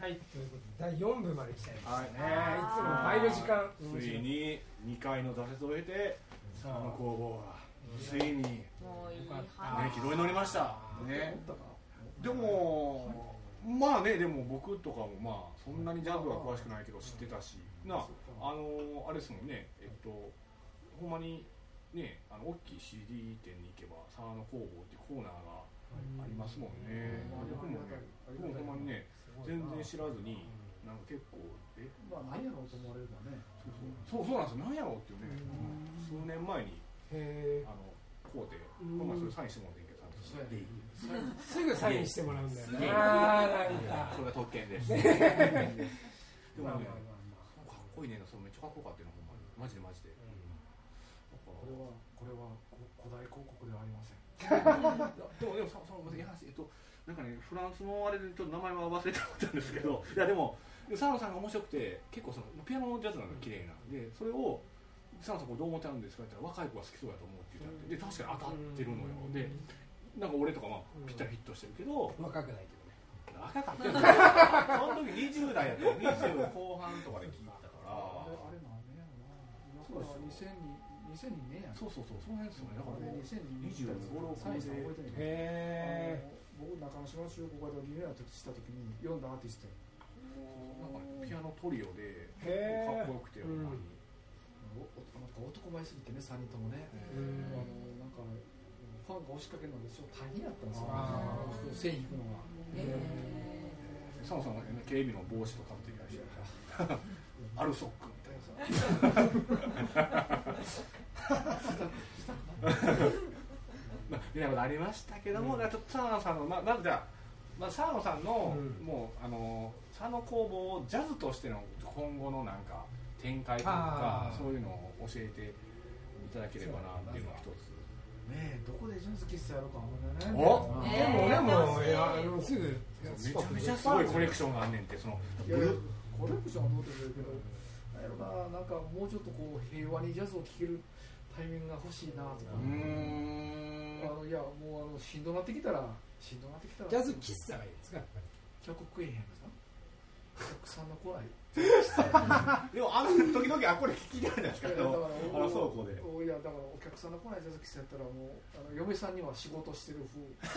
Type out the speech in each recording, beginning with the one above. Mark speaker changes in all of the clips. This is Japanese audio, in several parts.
Speaker 1: はい、ということで第4部まで来ちゃいま
Speaker 2: はい
Speaker 1: したね、い、つも
Speaker 2: ね
Speaker 1: 倍の時間
Speaker 2: ついに2回の挫折を経て
Speaker 1: さ
Speaker 2: あの
Speaker 1: あ
Speaker 2: 工房はついにね
Speaker 3: もういい
Speaker 1: よかった
Speaker 3: 話
Speaker 2: 軌道に乗りましたねでもまあねでも僕とかもまあそんなにジャズは詳しくないけど知ってたしなあのあれですもんねえっとほんまにねあの大きい CD 店に行けば「沢の工房」っていうコーナーがありますもんね僕もね僕もほんまにね全然知らずになんか結構え
Speaker 4: まあ、何やろうと思われるのね。
Speaker 2: そうそうなんですよなんやろうっていうね数年前に
Speaker 1: へ
Speaker 2: あのこうでこの前それサインしてもらってんけどサインして
Speaker 1: ーすぐサインしてもらうんだよ
Speaker 2: すげえ
Speaker 1: なあーなんか
Speaker 2: あそれが特権ですで
Speaker 1: まあ
Speaker 2: もね
Speaker 1: まあまあま
Speaker 2: かっこいいねそれめっちゃかっこよかったよなほんまにマジでマジでだから
Speaker 4: これは、これは、こ古代広告ではありません。
Speaker 2: でもでもそそのごめんなさいえっとなんかねフランスのあれでちょっと名前は忘れてもらったんですけどいやでも澤野さんが面白くて結構そのピアノのジャズなんか綺麗なんでそれを澤野さんこれどう思ってあるんですかって言ったら若い子が好きそうやと思うって言ってで確かに当たってるのよでなんか俺とかまあぴったりフィットしてるけ
Speaker 1: あ
Speaker 2: ど
Speaker 1: 若くない
Speaker 2: 若かったよその時20代やった20後半とかで聞いたから
Speaker 4: あれ、あれなんねやろな。そうだ、二千二、二千二年やん。
Speaker 2: そうそうそうその辺ですよねだから
Speaker 4: あ
Speaker 2: ね
Speaker 4: れ、二千二
Speaker 2: 25六
Speaker 4: サインさん覚え
Speaker 1: け
Speaker 4: て
Speaker 1: どね
Speaker 4: な
Speaker 1: へ
Speaker 4: い。あの僕、中野島の集合会でリニューアルした時に、読んだアーティストや。
Speaker 2: なんかねピアノトリオ
Speaker 1: へ
Speaker 2: で
Speaker 1: え
Speaker 2: かっこよくてほんまに
Speaker 4: おおなんか男前すぎてね、三人ともね。
Speaker 1: ーう
Speaker 4: あの
Speaker 1: ん
Speaker 4: なんかファンが押しかけるのでちょっと大変やったんですよ
Speaker 1: あー
Speaker 4: 線引くのが
Speaker 3: え
Speaker 2: サモさんがね警備の帽子とかぶってきたりしてアルソックみたいなさまあみたいなことありましたけども、だからちょっとサ野さんのまあまずじゃあ、まあ、サ野さんの、
Speaker 1: うん
Speaker 2: もうあのサ野工房をジャズとしての今後のなんか展開というか
Speaker 1: あー
Speaker 2: そういうのを教えていただければなっていうのが一つ。
Speaker 4: ねえどこで純粋喫茶やろうかあんまり悩んで
Speaker 2: お
Speaker 3: ね
Speaker 4: るな
Speaker 3: え
Speaker 1: でも
Speaker 3: やって
Speaker 1: も
Speaker 3: ほ
Speaker 1: う
Speaker 3: しい
Speaker 1: いやあのすぐ
Speaker 2: めちゃめちゃすごいコレクションがあんねんってその
Speaker 4: いやいやコレクションは持ってるけどなんやろななんかもうちょっとこう平和にジャズを聴けるタイミングが欲しいなとか
Speaker 2: うーん
Speaker 4: あのいやもうあのしんどなってきたらしんどなってきたら
Speaker 1: ジャズ喫茶がいいですかやっぱ
Speaker 4: 客食えへんやろな客さんが来ない
Speaker 2: でもあの時々あこれ聞きたいじゃないですか
Speaker 4: いや
Speaker 2: あ
Speaker 4: だか
Speaker 2: の
Speaker 4: ら
Speaker 2: あの倉庫で
Speaker 4: おいやだからお客さんの来ない座席やったらもうあの嫁さんには仕事してる風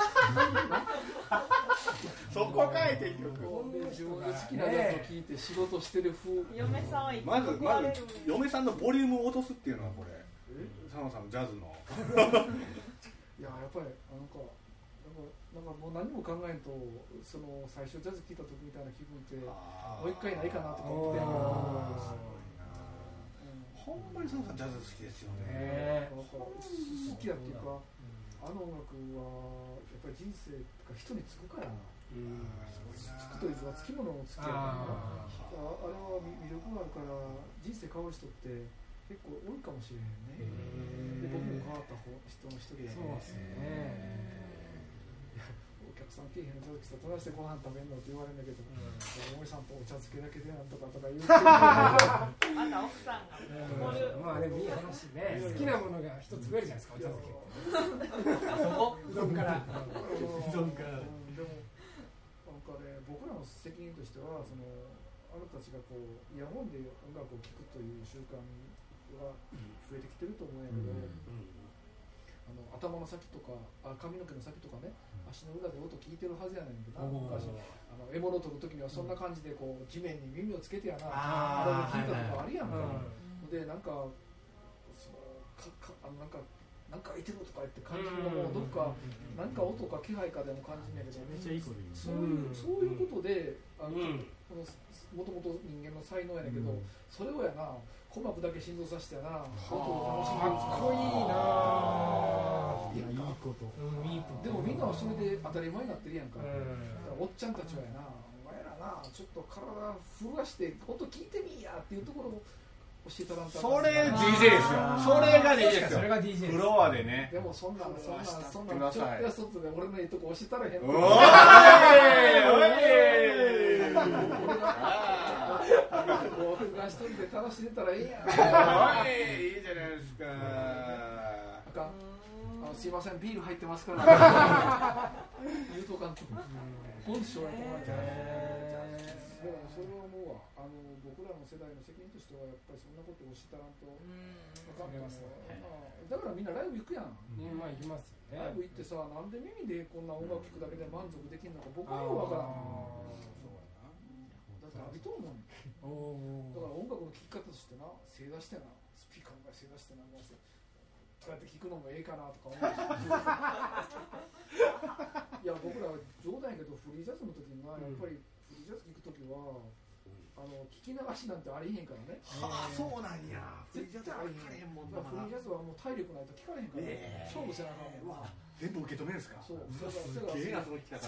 Speaker 2: そこかい結局
Speaker 4: こう自分が好きなやつを聞いて仕事してる風
Speaker 3: ー嫁さんは一
Speaker 2: まず
Speaker 3: 刻
Speaker 2: ま
Speaker 3: まれ
Speaker 2: ず
Speaker 3: る
Speaker 2: 嫁さんのボリュームを落とすっていうのはこれ佐野さんのジャズの
Speaker 4: いややっぱりあなんかなんかなんかもう何も考えんとその最初ジャズ聞いた時みたいな気分って、うん、
Speaker 2: も
Speaker 4: もう一回ないかなと思って
Speaker 2: ほんまに佐野さんジャズ好きですよ
Speaker 1: り
Speaker 2: ね
Speaker 4: なんか好きやっていうかあの音楽はやっぱり人生とか人につくから
Speaker 1: うん
Speaker 4: つくというはつきものもつきやから
Speaker 1: あ
Speaker 4: なああれは魅力があるから人生変わる人って結構多いかもしれへんねで僕も変わった方人の一
Speaker 1: ー
Speaker 4: 人やね
Speaker 1: そうですね
Speaker 4: お客さん来えへんの時さどうしてご飯食べんのって言われるんだけどお嫁さんとお茶漬けだけでなんとかとか言うて
Speaker 3: また奥さんが
Speaker 1: まあでもいい話ね好きなものが一つ増えるじゃないで すかお茶漬けってうどんから
Speaker 4: どんからでもなんかね僕らの責任としてはそのあなたたちがこうイヤホンで音楽を聴くという習慣が増えてきてると思うんやけど、あの頭の先とかあ髪の毛の先とかね足の裏で音聞いてるはずやねんけどな昔あの獲物を取る時にはそんな感じでこう地面に耳をつけてやな
Speaker 1: あー
Speaker 4: あれで聞いたことあるやんか、
Speaker 3: うん
Speaker 4: でなんかそのかかあのなんかなんかいてるとか言って感じるのもどっか何か音か気配かでも感じるんやけど
Speaker 5: めっちゃいいこと言う
Speaker 4: そういう
Speaker 1: うん
Speaker 4: そういうことであの
Speaker 1: うん
Speaker 4: このもともと人間の才能やねんけど、それをやな鼓膜だけ振動させてやな音を楽しむ
Speaker 1: かっこいいな
Speaker 4: やいい
Speaker 5: こと
Speaker 1: うんいいと
Speaker 4: でもみんなはそれで当たり前になってるやんか、だから
Speaker 1: う
Speaker 4: おっちゃんたちはやなお前らなちょっと体震わして音聞いてみいやっていうところを教えたらんとあか
Speaker 2: そ
Speaker 4: ん
Speaker 2: れ
Speaker 4: な
Speaker 2: DJ ですよそれが DJ で
Speaker 1: ん
Speaker 2: す
Speaker 1: そ
Speaker 2: よ
Speaker 1: れが DJ です
Speaker 2: フロアでね
Speaker 4: でもそんなそんなそんな
Speaker 2: 明日
Speaker 4: ちょっとやそっとで俺のいいとこ教えたらへん
Speaker 2: おーい
Speaker 4: 俺が
Speaker 2: おいあー
Speaker 4: 俺が一人で楽しんでたらええやん
Speaker 2: おいいいじゃないですか
Speaker 4: あかんあのすいませんビール入ってますから言うとかんと本性やと思われちゃう
Speaker 1: へ
Speaker 4: だからそれはもうあの僕らの世代の責任としてはやっぱりそんなことをしたらんと
Speaker 3: う
Speaker 4: 分
Speaker 3: ん
Speaker 4: かっても、
Speaker 1: それ
Speaker 4: まあ、だからみんなライブ行くやん、
Speaker 1: ねまあ行きますよね
Speaker 4: ライブ行ってさなんで耳でこんな音楽聴くだけで満足できんのか僕はよう分からんだって浴びと思うも
Speaker 1: お
Speaker 4: んだ
Speaker 1: お
Speaker 4: から音楽の聴き方としてな正座してなスピーカーが正座してなもうそうこうやって聴くのもええかなとか思うしいや僕ら冗談やけどフリージャズの時にはやっぱりフリージャズ聴く時は、あの聞き流しなんてありえへんからね
Speaker 2: はあそうなんやフリージャ
Speaker 4: 絶
Speaker 2: ズ
Speaker 4: 対
Speaker 2: は
Speaker 4: あり
Speaker 2: かれ
Speaker 4: え
Speaker 2: へ
Speaker 4: へん
Speaker 2: んもん
Speaker 4: だ
Speaker 2: な
Speaker 4: からフリージャズはもう体力ないと聞かれへんから、
Speaker 2: ええ
Speaker 4: 勝負せなあかん
Speaker 2: う
Speaker 4: も
Speaker 2: わ
Speaker 4: ん
Speaker 2: 全部受け止めるんですか
Speaker 4: そう
Speaker 2: わすっげえなその聞き方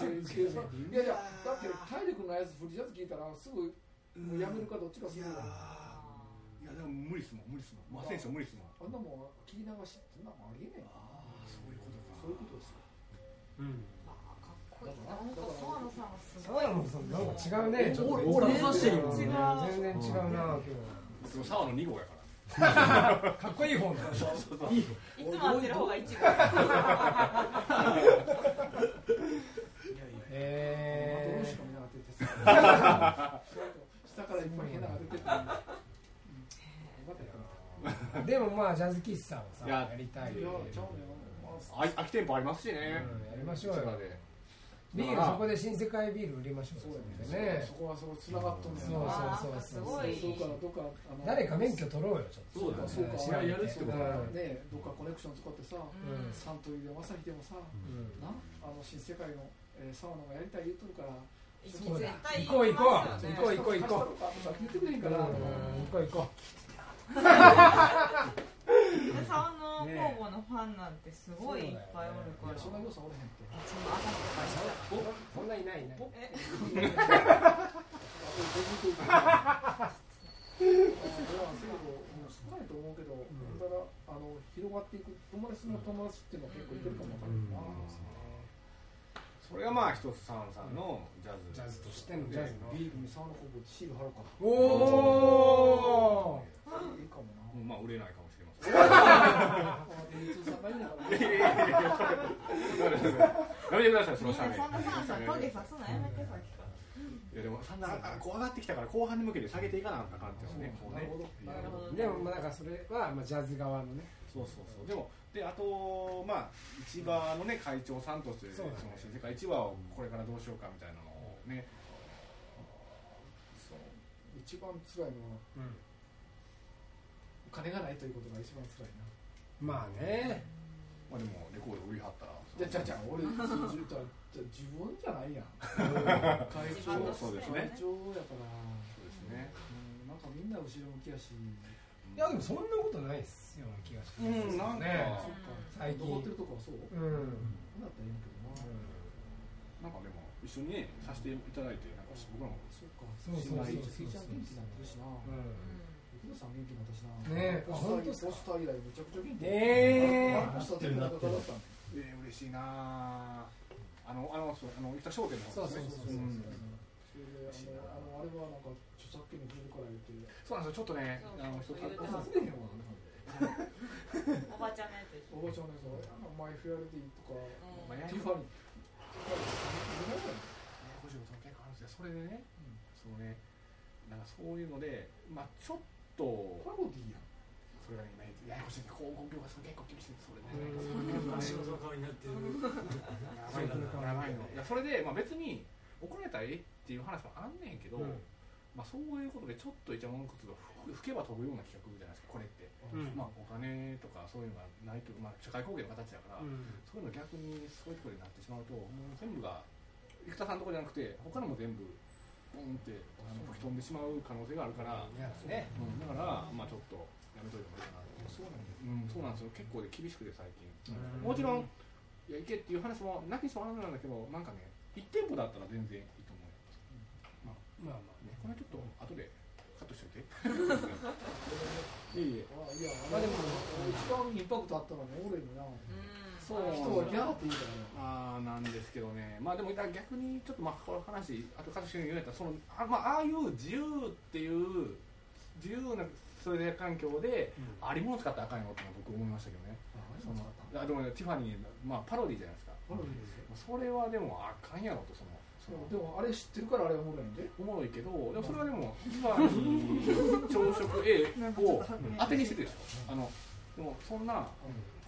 Speaker 4: いやいやだって体力のやつフリージャズ聞いたらすぐもうやめるかどっちかす
Speaker 2: い
Speaker 4: る
Speaker 2: やーい
Speaker 4: よ
Speaker 2: やでも無理っすもん無理っすもんまあ選手は無理っすもん
Speaker 4: あんなもん聞き流しってなんかありえねえよ
Speaker 2: ああそういうことか
Speaker 4: そういうことですよ
Speaker 1: うん
Speaker 3: あかっこいいなんか澤野さんが
Speaker 5: 沢野さんなんか違うね
Speaker 3: すごい
Speaker 5: ちょっと
Speaker 1: オーラ
Speaker 5: 差してるよね全
Speaker 3: 違う
Speaker 5: 然違うな
Speaker 2: その沢の二号やから
Speaker 5: 今日かっこいい方なのいい方
Speaker 3: いつも会ってる方が一番
Speaker 4: 窓
Speaker 5: え
Speaker 4: しか見ながら出てさ下からいっぱい変なのが出てくるよかったよ
Speaker 5: ーでもまあジャズ喫茶をさ
Speaker 2: いや
Speaker 5: やりたい
Speaker 4: いや
Speaker 5: よね
Speaker 4: ちゃうのよまあ
Speaker 2: あ空き店舗ありますし
Speaker 5: う
Speaker 2: ね
Speaker 5: んやりましょうよ
Speaker 2: 千葉で
Speaker 5: ビールそこで新世界ビール売りましょ
Speaker 4: そう
Speaker 5: うよ
Speaker 4: だよね
Speaker 5: ね
Speaker 4: そこはそこ繋がっとんねん
Speaker 5: そう
Speaker 4: な
Speaker 3: あ
Speaker 5: そう
Speaker 3: ー
Speaker 5: そうそう
Speaker 3: なんかす
Speaker 4: そ
Speaker 3: ご
Speaker 4: う
Speaker 3: い
Speaker 4: からどっかあの
Speaker 5: 誰か免許取ろうよちょっと
Speaker 2: そうだね
Speaker 4: そうか
Speaker 5: 調べて
Speaker 2: いややるってことだよ
Speaker 4: ねどっかコネクション使ってさ
Speaker 3: うん
Speaker 4: サントリーでまさひでもさ
Speaker 5: うん
Speaker 4: なあの新世界の、えー、サウナがやりたい言うとるから
Speaker 5: そうだ
Speaker 3: 絶対
Speaker 5: 行こう行こ
Speaker 3: 行きます
Speaker 5: う
Speaker 3: よね
Speaker 5: 行こう行こう行こう
Speaker 4: さっき言ってくれへんから、
Speaker 5: うん行こう行こ
Speaker 3: で沢野工房のファンなんてすごいいっぱいおる
Speaker 4: い
Speaker 3: から
Speaker 4: やそんな要素おれへんってあ
Speaker 3: その赤とかした
Speaker 1: そんないないいない
Speaker 3: え
Speaker 4: これ50というかそれはすごくもう少ないと思うけど、
Speaker 1: ん
Speaker 4: ただあの広がっていく友達の友達っていうのは結構いてるかもわかんないな、
Speaker 2: それがまあ一つ沢野さんのジャズ
Speaker 1: ジャズとしてのジャズの
Speaker 4: ビールにサウナ工房でシール貼るか
Speaker 1: おお
Speaker 4: いいかもな
Speaker 2: まあ売れないかもしれません
Speaker 4: あ電通さんがいいんだから
Speaker 2: やめて
Speaker 4: ね
Speaker 2: ください、その社名。
Speaker 3: みんなそんなサウナさん影さすのやめてさっきから
Speaker 2: いやでも、サンダルがこう上がってきたから、後半に向けて下げていかなあかんっていうのね。こう
Speaker 4: なる
Speaker 2: ね
Speaker 4: ほどなるほど
Speaker 1: でもまあだからそれはまあジャズ側のね
Speaker 2: そうそうそう。でも、で、あと、まあ、市場のね、会長さんとして、そ
Speaker 1: そう
Speaker 2: の
Speaker 1: だね
Speaker 2: 新世界市場をこれからどうしようかみたいなのをね。そう
Speaker 4: 一番辛いのはお金がないということが一番辛いな
Speaker 1: まあね
Speaker 2: まあ、でも、レコード売りはったら。
Speaker 4: じゃじゃじゃ俺ずっと言ったらじゃ自分じゃないやん会
Speaker 3: 一
Speaker 4: 長
Speaker 3: 番の
Speaker 2: そうですね
Speaker 4: 会長やから
Speaker 2: そうですね。
Speaker 4: うんなんかみんな後ろ向きやし
Speaker 5: ういやでもそんなことないっすような気がして
Speaker 2: うん、なんか、
Speaker 5: ね
Speaker 4: そっか
Speaker 5: 最近
Speaker 4: 残ってるとこはそ
Speaker 5: うん
Speaker 4: う
Speaker 5: うん
Speaker 4: なんだったらいいんだけどな
Speaker 2: なんかでも、一緒にね、させていただいて、なんか、僕らも。
Speaker 4: そっか
Speaker 5: そうそうそうそう
Speaker 4: スイちゃん元気になってるしな
Speaker 5: うん
Speaker 4: 福田さん元気になったしな
Speaker 5: ねえあ
Speaker 4: ポ
Speaker 5: 本当っ
Speaker 4: ス
Speaker 5: す
Speaker 4: タ
Speaker 5: か
Speaker 4: ーポスター以来めちゃくちゃ元気
Speaker 1: え
Speaker 4: ポスターってなったんだったん
Speaker 2: えー、嬉しいなあ。あの、あの、そう、あの、言った商店の
Speaker 1: そう
Speaker 2: 方で
Speaker 1: そ
Speaker 2: す
Speaker 1: う
Speaker 2: ね。
Speaker 1: そう
Speaker 4: そ
Speaker 1: う
Speaker 4: うそうそうんそれであのあのあれはなんか著作権に触れるから言って
Speaker 2: そうなんですよ、ちょっとね、あの、一
Speaker 3: そう
Speaker 2: つ
Speaker 3: 言って
Speaker 4: あ
Speaker 3: ます
Speaker 4: 触れへんわ
Speaker 3: おばちゃんのやつでしょ
Speaker 4: おばちゃんのさあのマイフェアレディとか
Speaker 3: うん
Speaker 2: まあや
Speaker 4: ティファニー
Speaker 2: ね個人の結構あるんですよそれでね、そのねなんかそういうのでまあちょっと
Speaker 4: パロディやん
Speaker 2: それがね今ややこしいんです広告業がそれ結構厳しいんですそれね
Speaker 6: 足の顔になってる
Speaker 2: やばいのやばいのいやそれでまあ別に怒られたらええっていう話もあんねんけど、
Speaker 1: うん
Speaker 2: まあ、そういうことでちょっとイチャモンクツが吹吹けば飛ぶような企画じゃないですかこれって、
Speaker 1: うん
Speaker 2: まあ、お金とかそういうのがないという、まあ、社会貢献の形だから、そういうの逆にそういうところになってしまうともう全部が生田さんのところじゃなくて他のも全部ボンってあの吹き飛んでしまう可能性があるから、
Speaker 1: やだね
Speaker 2: うんだからまあちょっとやめといてもいいかなって
Speaker 4: そうなんや
Speaker 2: うん、そうなんですよ結構で厳しくて最近、
Speaker 1: うん
Speaker 2: もちろんいや行けっていう話もなきにしもあらずなんだけどなんかね1店舗だったら全然いいと思うよ、
Speaker 1: まあまあ
Speaker 2: ね
Speaker 1: ね、
Speaker 2: これちょっと後でカットしといていえいえ
Speaker 4: あいやあれでも一番インパクトあったのはね俺のな
Speaker 3: うん
Speaker 2: そう
Speaker 4: 人はギャーって言う
Speaker 2: あ
Speaker 4: からね
Speaker 2: ーなんですけどね、まあでもだから逆にちょっとまあこの話、あと一茂に言われたらそのあ、まあ、ああいう自由っていう、自由なそれで環境で、ありもの使ったらあかんよってのは僕、思いましたけどね、
Speaker 4: あれ
Speaker 2: そ
Speaker 4: も
Speaker 2: の
Speaker 4: 使
Speaker 2: あ
Speaker 4: った
Speaker 2: でもねティファニー、まあ、パロディじゃないですか、
Speaker 4: パロディですよ
Speaker 2: それはでもあかんやろと、その
Speaker 4: そうでもあれ知ってるからあれおもろいんで
Speaker 2: おもろいけどでもそれはでも今に朝食 A を当てにしてるでしょあのでもそんな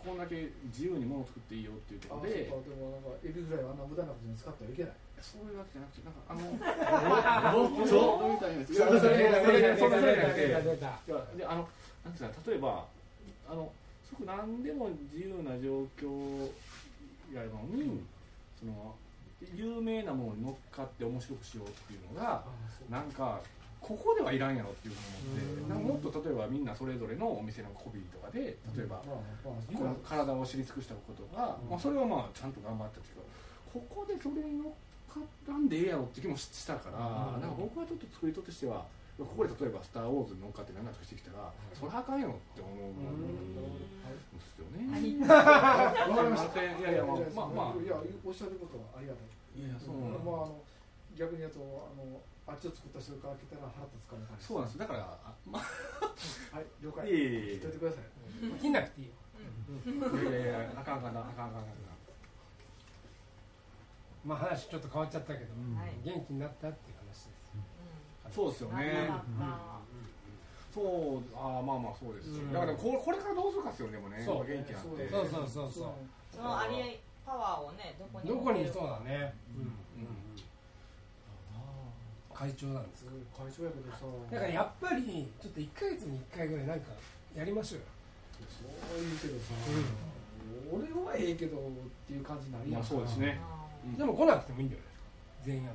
Speaker 2: こんだけ自由に物を作っていいよっていうと
Speaker 4: あ
Speaker 2: こ
Speaker 4: あ
Speaker 2: ろ
Speaker 4: そう
Speaker 2: で
Speaker 4: かでもなんかエビフライはあんな無駄なことに使ってはいけない
Speaker 2: そういうわけじゃなくてなんかあのそうみたいなやついやそれそれそれそれじゃなくて
Speaker 1: 出た
Speaker 2: いやであのなんていうか例えばあのすごく何でも自由な状況やるのにその有名なものに乗っかって面白くしようっていうのがなんかここではいらんやろっていうふうに思ってなんかもっと例えばみんなそれぞれのお店のコピーとかで例えば
Speaker 4: まあまあ
Speaker 2: この体を知り尽くしたことが、まあ、それはまあちゃんと頑張ったっていうかここでそれに乗っからんでええやろって気もししたから、なんか僕はちょっと作り手としてはここで例えば「スター・ウォーズ」に乗っかって何かしてきたら、それはあかんよって思うんですよね。
Speaker 4: わかりま
Speaker 2: い
Speaker 4: し
Speaker 2: やい
Speaker 4: た
Speaker 2: やまあまあまあ
Speaker 4: いやおっしゃることはありがた
Speaker 2: い
Speaker 4: い
Speaker 2: やそう
Speaker 4: ま
Speaker 2: なん
Speaker 4: ああの逆にやとあのあっちを作った人から開けたら腹立つから
Speaker 2: そうなんですだからあま
Speaker 4: はい了
Speaker 2: あ
Speaker 4: 解
Speaker 2: いやいやいや
Speaker 4: 聞いといてください
Speaker 1: 切んなくていいよ
Speaker 2: いやいやあかんあかんあかんあかんあかんあかん
Speaker 1: まあ話ちょっと変わっちゃったけど
Speaker 3: はい
Speaker 1: 元気になったっていう話です
Speaker 2: そうですよね
Speaker 3: なかった
Speaker 2: そうあーまあまあそうです、だからこれこれからどうするかですよねでもね
Speaker 1: そう
Speaker 2: 元気になって
Speaker 1: そうそうそうそう
Speaker 3: そのありパワーをねどこに
Speaker 1: どこに
Speaker 3: 置け
Speaker 1: そうだねうん
Speaker 2: うん
Speaker 1: 会長なんです
Speaker 4: すごい会長やけどさ
Speaker 1: だからやっぱりちょっと1ヶ月に1回ぐらいなんかやりましょうよ
Speaker 4: そう言うけどさ、俺はええけどっていう感じになりや
Speaker 2: まあ
Speaker 4: ん
Speaker 2: そうです
Speaker 3: る
Speaker 2: ね
Speaker 3: あ
Speaker 1: でも来なくてもいいんじゃないで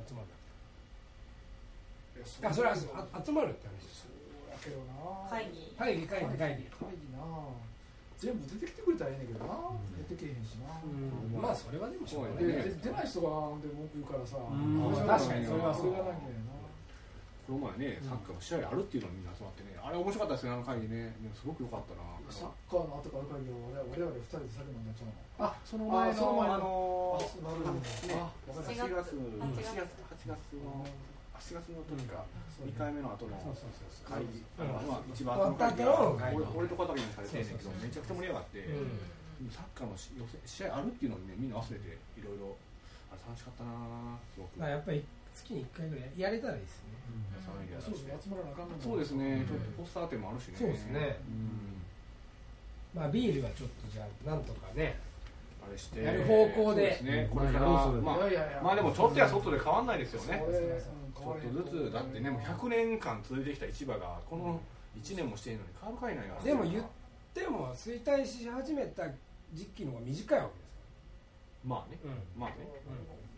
Speaker 1: すか全員集まるあそれ
Speaker 4: いやそ
Speaker 1: は
Speaker 4: そう
Speaker 1: あ集まるって話です
Speaker 4: そうやけど
Speaker 3: ー
Speaker 4: な
Speaker 3: 会議
Speaker 1: 会議会議会議
Speaker 4: 会議な全部出てきてくれたらええねんけどな、出てけえへんしな、
Speaker 1: うんまあそれはでもしょうがないね
Speaker 4: でで出ない人がほんで文句言うからさ、
Speaker 1: ん
Speaker 4: 面白い
Speaker 1: 確かにそれは
Speaker 4: そ
Speaker 1: そう
Speaker 4: れがなんかや
Speaker 2: この前ね、サッカーの試合あるっていうのにみんな集まってね、あれ面白かったですね、あの会議ね、でもすごく良かったな。
Speaker 4: なサッカーの後から会議は我々我々二人で酒飲んだっちゃうの
Speaker 2: あ、その
Speaker 4: 前の
Speaker 2: あの
Speaker 4: あそうなるほど
Speaker 2: ね
Speaker 4: あ分かりまし
Speaker 2: 8月、
Speaker 3: 八月
Speaker 4: た
Speaker 2: 8月
Speaker 3: 八
Speaker 2: の、8月の
Speaker 3: 月
Speaker 2: 時か、2回目の後の
Speaker 1: そうそうそうそう
Speaker 2: 会議、
Speaker 1: うん
Speaker 2: まあ一番後の会議
Speaker 1: 終わった後の会議
Speaker 2: が俺俺と片桐にされてるんだけど
Speaker 1: そうそう、
Speaker 2: めちゃくちゃ盛り上がって、
Speaker 1: うん
Speaker 2: サッカーのし予選試合あるっていうのにね、みんな忘れて、いろいろ、あれ楽しかったなすごく。
Speaker 1: まあやっぱり月に1回ぐらいやれたらいいですよね
Speaker 2: 騒いでやら
Speaker 4: そ
Speaker 2: せ
Speaker 4: う
Speaker 2: て
Speaker 4: そう集まらなあかんの
Speaker 2: そうです
Speaker 4: ね
Speaker 2: ね、ちょっとポスター展もあるしね。
Speaker 1: そうですね
Speaker 2: う
Speaker 1: まあ
Speaker 2: ん
Speaker 1: ビールはちょっとじゃあなんとかね
Speaker 2: あれして
Speaker 1: やる方向で
Speaker 2: そうすね、これから、
Speaker 5: まあ
Speaker 2: まあ
Speaker 4: いやいや
Speaker 2: ま
Speaker 4: いや
Speaker 2: あでもちょっとやそっとで変わんないですよね
Speaker 4: これうん
Speaker 2: ちょっとずつだってねもう100年間続いてきた市場がこの1年もしているのに変わるかいないが
Speaker 1: でも言っても衰退し始めた時期の方が短いわけですからうん
Speaker 2: まあねまあね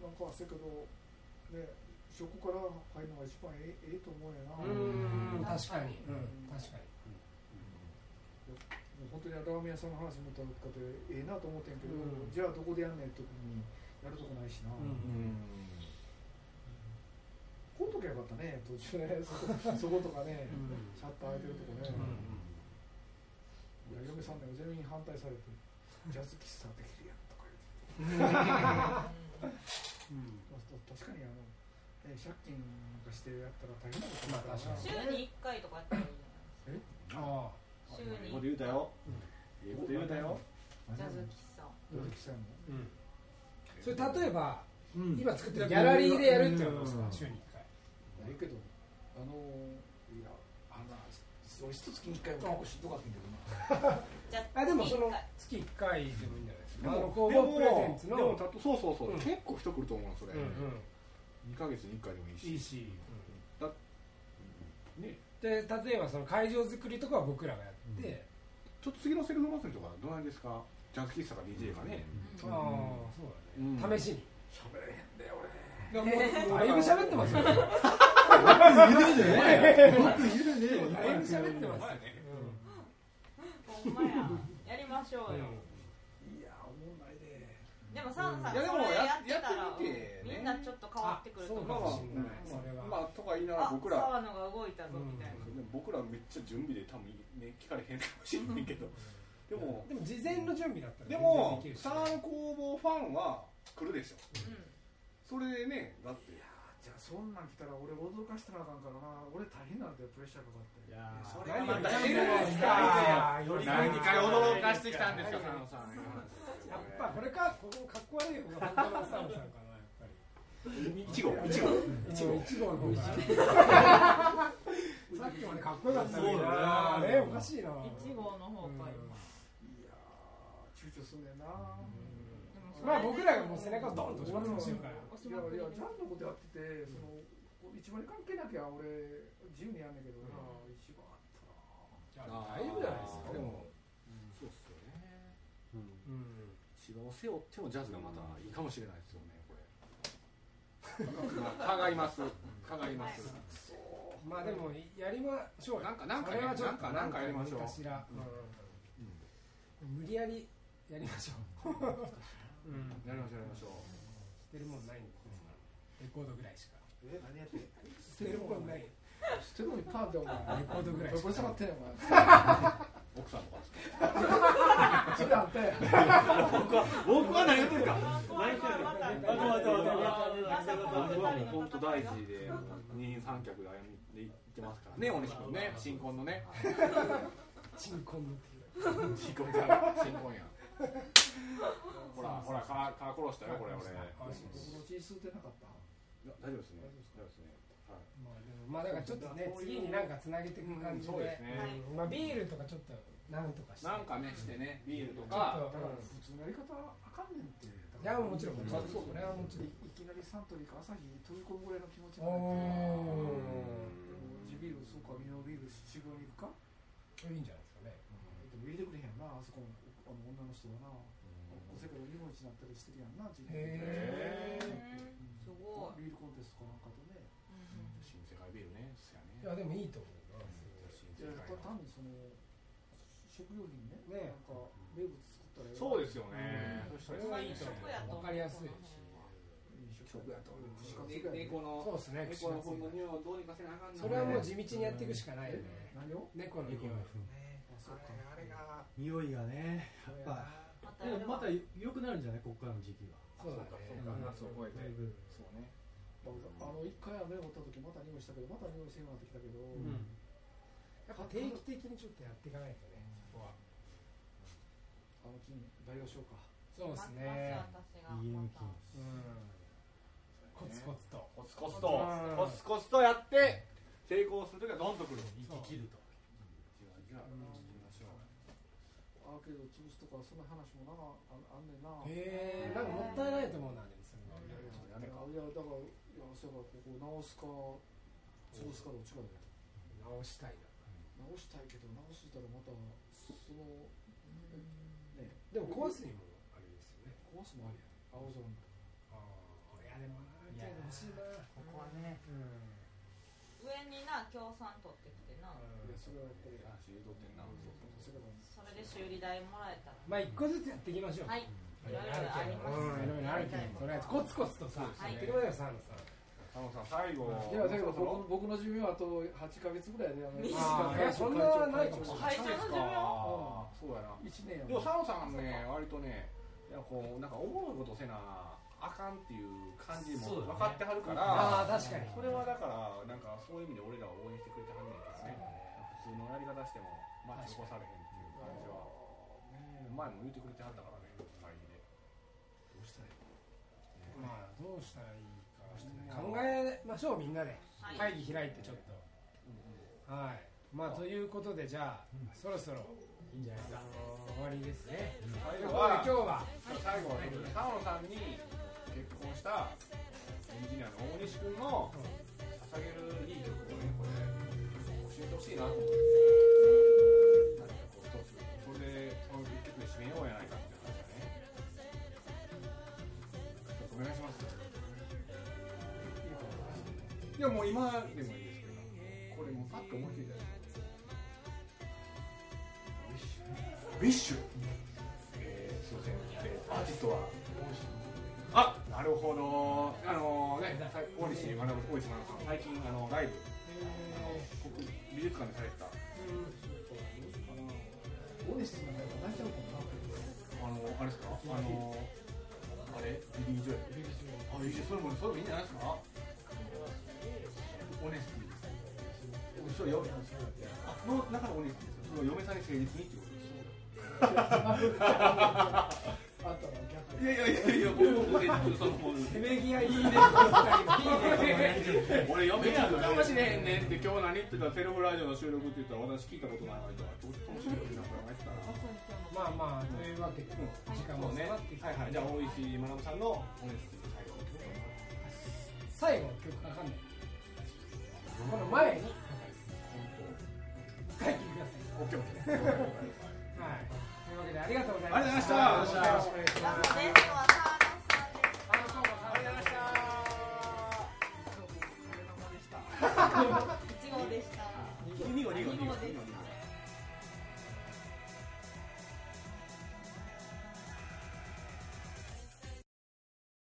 Speaker 4: なんかせやけどねそこから入るのが一番ええええと思うよな
Speaker 1: うーん確かに、
Speaker 4: う
Speaker 1: うんん、確かに
Speaker 4: もう本当にラーメン屋さんの話もったかでええなと思ってんけど、
Speaker 1: うん
Speaker 4: じゃあどこでやんねんとこにやるとこないしな、
Speaker 1: うん
Speaker 2: うん
Speaker 4: こうときゃよかったね途中ねそこそことかね、シャッター開いてるとこね、いや嫁さんね全員反対されて「ジャズ喫茶できるやん」とか言ってまあた確かにあの、ね、借金なんかしてやったら大変なことだからな、
Speaker 3: 週に一回とかやったらいい
Speaker 1: あ
Speaker 3: 週
Speaker 2: いいこと
Speaker 3: に
Speaker 2: 言うたよいいこと言うたよ
Speaker 3: ジャズ喫茶
Speaker 4: ジャズ喫茶やも
Speaker 1: う
Speaker 4: ん
Speaker 1: んそれ例えば、
Speaker 2: うん
Speaker 1: 今作ってるギャラリーでやるっていうのはどうですか、週に
Speaker 2: うん
Speaker 1: 1回
Speaker 4: いやけどあのーいやあんな俺一月に一回もしんどかったんだけどな
Speaker 3: じゃ
Speaker 1: あでもその
Speaker 3: 月
Speaker 1: 月1回でもいいんじゃないですかあの
Speaker 2: でも
Speaker 1: 工
Speaker 2: で
Speaker 1: 房プレゼン
Speaker 2: も
Speaker 1: ツの
Speaker 2: でもたとそうそうそう
Speaker 1: うん
Speaker 2: 結構人来ると思うのそれ
Speaker 1: うん
Speaker 2: 2ヶ月に1回でも
Speaker 1: う
Speaker 2: いい
Speaker 1: ん、いい
Speaker 2: し
Speaker 1: し、
Speaker 2: ね
Speaker 1: で例えばその会場作りとかは僕らがやって、
Speaker 2: ちょっと次のセルフ祭りとかどうなんですかジャズ喫茶か DJ がね
Speaker 1: ああそうだね、
Speaker 2: うん
Speaker 1: 試しに
Speaker 4: 喋れへんで俺
Speaker 2: だ
Speaker 1: だいぶ
Speaker 2: い
Speaker 1: 喋ってますよだいぶ喋ってますよ
Speaker 3: ほんまややりましょうよ
Speaker 4: いやおもんないで
Speaker 3: でもサンさん
Speaker 2: いやでも
Speaker 3: それやって
Speaker 2: や
Speaker 3: たら
Speaker 2: やってみてね
Speaker 3: みんなちょっと変わってくると
Speaker 1: あそう
Speaker 3: 思
Speaker 1: か
Speaker 3: う
Speaker 1: もしれないそれ
Speaker 2: まあ
Speaker 1: は
Speaker 2: とか言いながら
Speaker 3: あ
Speaker 2: 僕ら
Speaker 3: 沢野が動いたぞみたいな
Speaker 2: でも僕らめっちゃ準備で多分ね聞かれへんかもしれないけどでも
Speaker 1: でも事前の準備だったら
Speaker 2: でも
Speaker 1: 全然できるし
Speaker 2: サーン工房ファンは来るでしょ
Speaker 3: う
Speaker 2: それでねだって
Speaker 4: じゃあそんなん来たら俺驚かしたらあかんからな俺大変なんだよプレッシャーかかって
Speaker 2: やそ
Speaker 1: 何
Speaker 2: ま
Speaker 1: 言って
Speaker 2: た
Speaker 1: ん
Speaker 2: 変
Speaker 1: ですかより
Speaker 2: 何
Speaker 1: 何
Speaker 2: 回
Speaker 1: か
Speaker 2: 驚かしてきたんですか
Speaker 1: はい
Speaker 2: サンさん
Speaker 1: やっぱこれかここかっこ悪い方が本当のサムさんかなやっぱり
Speaker 2: 一号一号
Speaker 1: 一号一号の方がさっきまでかっこよかったのに
Speaker 6: そうだ
Speaker 1: な
Speaker 6: ね
Speaker 1: ねおかしいな
Speaker 3: 一号の方が今
Speaker 4: いやー躊躇すんねん
Speaker 3: で
Speaker 4: な、
Speaker 3: もそれ
Speaker 1: まあ僕らがもう背中をドンと押しますよ後ろから
Speaker 3: 押し
Speaker 4: い
Speaker 3: ま
Speaker 4: や
Speaker 3: くり
Speaker 4: い
Speaker 3: で
Speaker 4: やジャンのことやっててその一番に関係なきゃ俺自由にやんねんけどな、一番あったな
Speaker 1: じゃあ大丈夫じゃないですか
Speaker 2: で
Speaker 1: で
Speaker 2: も
Speaker 1: も
Speaker 2: そうっすよね
Speaker 6: うん
Speaker 1: うん
Speaker 2: 千葉を背負ってもジャズがまたいいかもしれないですよねこれかがりますかがります
Speaker 1: まあでもやりましょうよ
Speaker 2: なんかなんか
Speaker 1: そ
Speaker 2: ね
Speaker 1: れは
Speaker 2: な
Speaker 1: ち
Speaker 2: ん
Speaker 1: ょっと
Speaker 2: かなんかやりまし
Speaker 1: 何
Speaker 2: ょう
Speaker 1: かしらうん無理やりやりましょううん
Speaker 2: やりましょうやりましょ
Speaker 1: 捨てるもんないんでレコードぐらいしか
Speaker 5: え何やってん
Speaker 1: 捨てるもんないレ
Speaker 4: 捨てるのいっぱいあんだよお前
Speaker 1: コードぐらいし
Speaker 4: こ
Speaker 1: か
Speaker 4: れ下がってんねん
Speaker 2: う奥さんとかですか
Speaker 4: お前それあったやん
Speaker 2: 僕は僕は何言ってるか本当大事で二人三脚で歩んでいってますからね大西君ね新婚のね
Speaker 1: 鎮魂のっていう
Speaker 2: 新婚じゃん新婚やんほらほらかか殺したよこれ俺
Speaker 1: あそう
Speaker 4: 僕の血吸ってなかった
Speaker 2: いや大丈夫ですね大丈夫ですねはい
Speaker 1: まあでもまあだからちょっとね次になんかつなげていく感じで
Speaker 2: そうですね、
Speaker 3: はい
Speaker 1: うんまあビールとかちょっとなんとかして
Speaker 2: なんかねしてねビールと
Speaker 1: ちょっ
Speaker 2: か
Speaker 1: と
Speaker 4: だから普通のやり方あかんねんって
Speaker 1: いやもちろんもちろん
Speaker 2: そう
Speaker 1: それはもちろん
Speaker 4: いいきなりサントリーか朝日に飛び込むぐらいの気持ち
Speaker 1: おお
Speaker 4: ジビールそうかミノビール修行に行くか
Speaker 1: ーいいんじゃないですかね
Speaker 4: でも入れてくれへんなあそこのあの女の人はなお世界日本一になったりしてるやんなジビール
Speaker 1: へえ
Speaker 3: すごい
Speaker 4: ビールコンテストかなんかとね
Speaker 2: 新世界ビールねそ
Speaker 1: い
Speaker 2: やね
Speaker 1: やでもいいと思うよ
Speaker 2: 新
Speaker 4: い
Speaker 2: 世
Speaker 4: や
Speaker 2: 界の
Speaker 4: 単にその食料品ね
Speaker 1: ね
Speaker 4: なんか名物作ったら
Speaker 2: そうですすよね、
Speaker 1: うん
Speaker 2: それはいいと思
Speaker 3: 食やと思う
Speaker 1: わかりやすいし
Speaker 2: 食やと思う
Speaker 4: 食
Speaker 2: う
Speaker 4: やね
Speaker 2: 猫の
Speaker 1: そうですね
Speaker 2: 猫の糞の匂いをどうにかせなあかんな
Speaker 1: それはもう地道にやっていくしかないよね
Speaker 4: 何を
Speaker 1: 猫の匂い
Speaker 4: あそうか
Speaker 5: あれが
Speaker 6: 匂いがねやっぱ
Speaker 3: また
Speaker 6: でもまた良くなるんじゃないここからの時期は
Speaker 2: そうかそうか夏を超えて
Speaker 6: だいぶ
Speaker 2: そうね
Speaker 4: あの一回雨が降った時また匂いしたけどまた匂いせんようになってきたけど、
Speaker 1: やっぱ定期的にちょっとやっていかないとねそこは
Speaker 4: あの菌培養しようか
Speaker 1: そうですねうんコツコツと
Speaker 2: コツコツとコツコツとやって成功するときはどんとくる
Speaker 1: そう
Speaker 6: 切ると
Speaker 2: じわじわきましょう
Speaker 4: アーケード潰すとかその話もなああんねんな
Speaker 1: へえなんかもったいないと思うなでもそれはい
Speaker 2: やちょっとやめ
Speaker 4: いやだ
Speaker 2: か
Speaker 4: からいやそうやからここ直すか潰すかどっちかだよ
Speaker 1: 直したい
Speaker 4: 直したいけど直したらまたそのね
Speaker 1: なでも壊すにもあれですよね
Speaker 4: 壊すもありやん青空の
Speaker 1: ああいやでもなみたいな欲しいな
Speaker 5: ここはね
Speaker 1: うん
Speaker 3: 上にな協賛取ってきてな
Speaker 4: うんいやそれはやっぱり
Speaker 2: あ知りとってんな
Speaker 4: それが
Speaker 3: それで修理代もらえたら
Speaker 1: まあ一個ずつやっていきましょう
Speaker 3: はいいろいろあります
Speaker 1: うんいろいろあるけどとりあえずコツコツとさ
Speaker 2: そうですね
Speaker 1: やっていきましょうサンドさん
Speaker 2: 佐野さん最後
Speaker 4: いやだけど僕僕の寿命はあと8ヶ月ぐらいでやめる
Speaker 1: あーいやそんなないかもしれない
Speaker 3: 会長の寿命
Speaker 2: あーそうやな
Speaker 4: 1年や
Speaker 2: でも佐野さんね割とねいやこうなんか思うことせなあかんっていう感じ
Speaker 6: そう
Speaker 2: も
Speaker 6: だ
Speaker 2: 分かっ
Speaker 6: ね
Speaker 2: てはるから
Speaker 1: ああ確かに
Speaker 2: それはだからなんかそういう意味で俺らを応援してくれてはんねんからね普通のやり方してもマッチ起こされへんっていう感じは前も言ってくれてはったからね会議でどうしたらいい
Speaker 1: まあどうしたらいいか考えましょうみんなで
Speaker 3: はい
Speaker 1: 会議開いてちょっとはいまあということでじゃあそろそろ
Speaker 6: いいんじゃ
Speaker 1: あ
Speaker 6: ない
Speaker 1: の終わりですねと
Speaker 2: 最
Speaker 1: いう
Speaker 2: 後
Speaker 1: ことで
Speaker 2: は
Speaker 1: 今日は
Speaker 2: 最後は佐野さんに結婚したエンジニアの大西君の捧げるいい曲をねこれ教えてほしいなと思ってなんかこう一つそれでその一曲で締めようやないかっていう話だねちょっとお願いしますいやもう今でもいいですけどこれもうパッと思いついたやつビッシュビッシュえー、すいません、えー、アーティストはあなるほどあのねさ大西学大西学さん最近あのライブ国美術館でされてた
Speaker 4: 大西さんなんか泣いちゃうか
Speaker 2: あ
Speaker 4: もな
Speaker 2: のあれですかあのあれリリー・ジョイリリー・ジョイあリリー・ジョイそれもそれもいいんじゃないですかオネスティそれよあの中のオネスティですよそれを嫁さんに誠実にっていうことです
Speaker 4: あったら逆
Speaker 2: いやいやいやいや、俺もこれ、そのもう
Speaker 1: せめぎ合いいいね。
Speaker 2: 俺嫁やるかもしれへんねんって、今日何言ってたセルフラジオの収録って言ったら、私聞いたことないわけだ。どうかもしれへんな、これ、入ったら。
Speaker 1: まあまあ、というわけで、時間も
Speaker 2: そうね
Speaker 1: 迫ってきた
Speaker 2: はいはい、じゃあ、大石学さんの、おね最
Speaker 1: 最後
Speaker 2: 後。
Speaker 1: の曲かかんない。この前に、一回聴いてください。
Speaker 2: オッケーオッケ
Speaker 1: は
Speaker 2: ー。
Speaker 1: い。というわけで、ありがとうござい
Speaker 2: あ
Speaker 1: ま
Speaker 2: り
Speaker 1: し
Speaker 2: がとうご
Speaker 1: た。
Speaker 2: ざいま
Speaker 1: よろしく
Speaker 2: した
Speaker 1: お願いします。
Speaker 3: ゲストはターナスさんです
Speaker 1: あのどうもありがとうございまし
Speaker 5: でし
Speaker 1: た。
Speaker 5: た。
Speaker 3: 一号でした。
Speaker 2: 二号二号二号
Speaker 3: 二号でした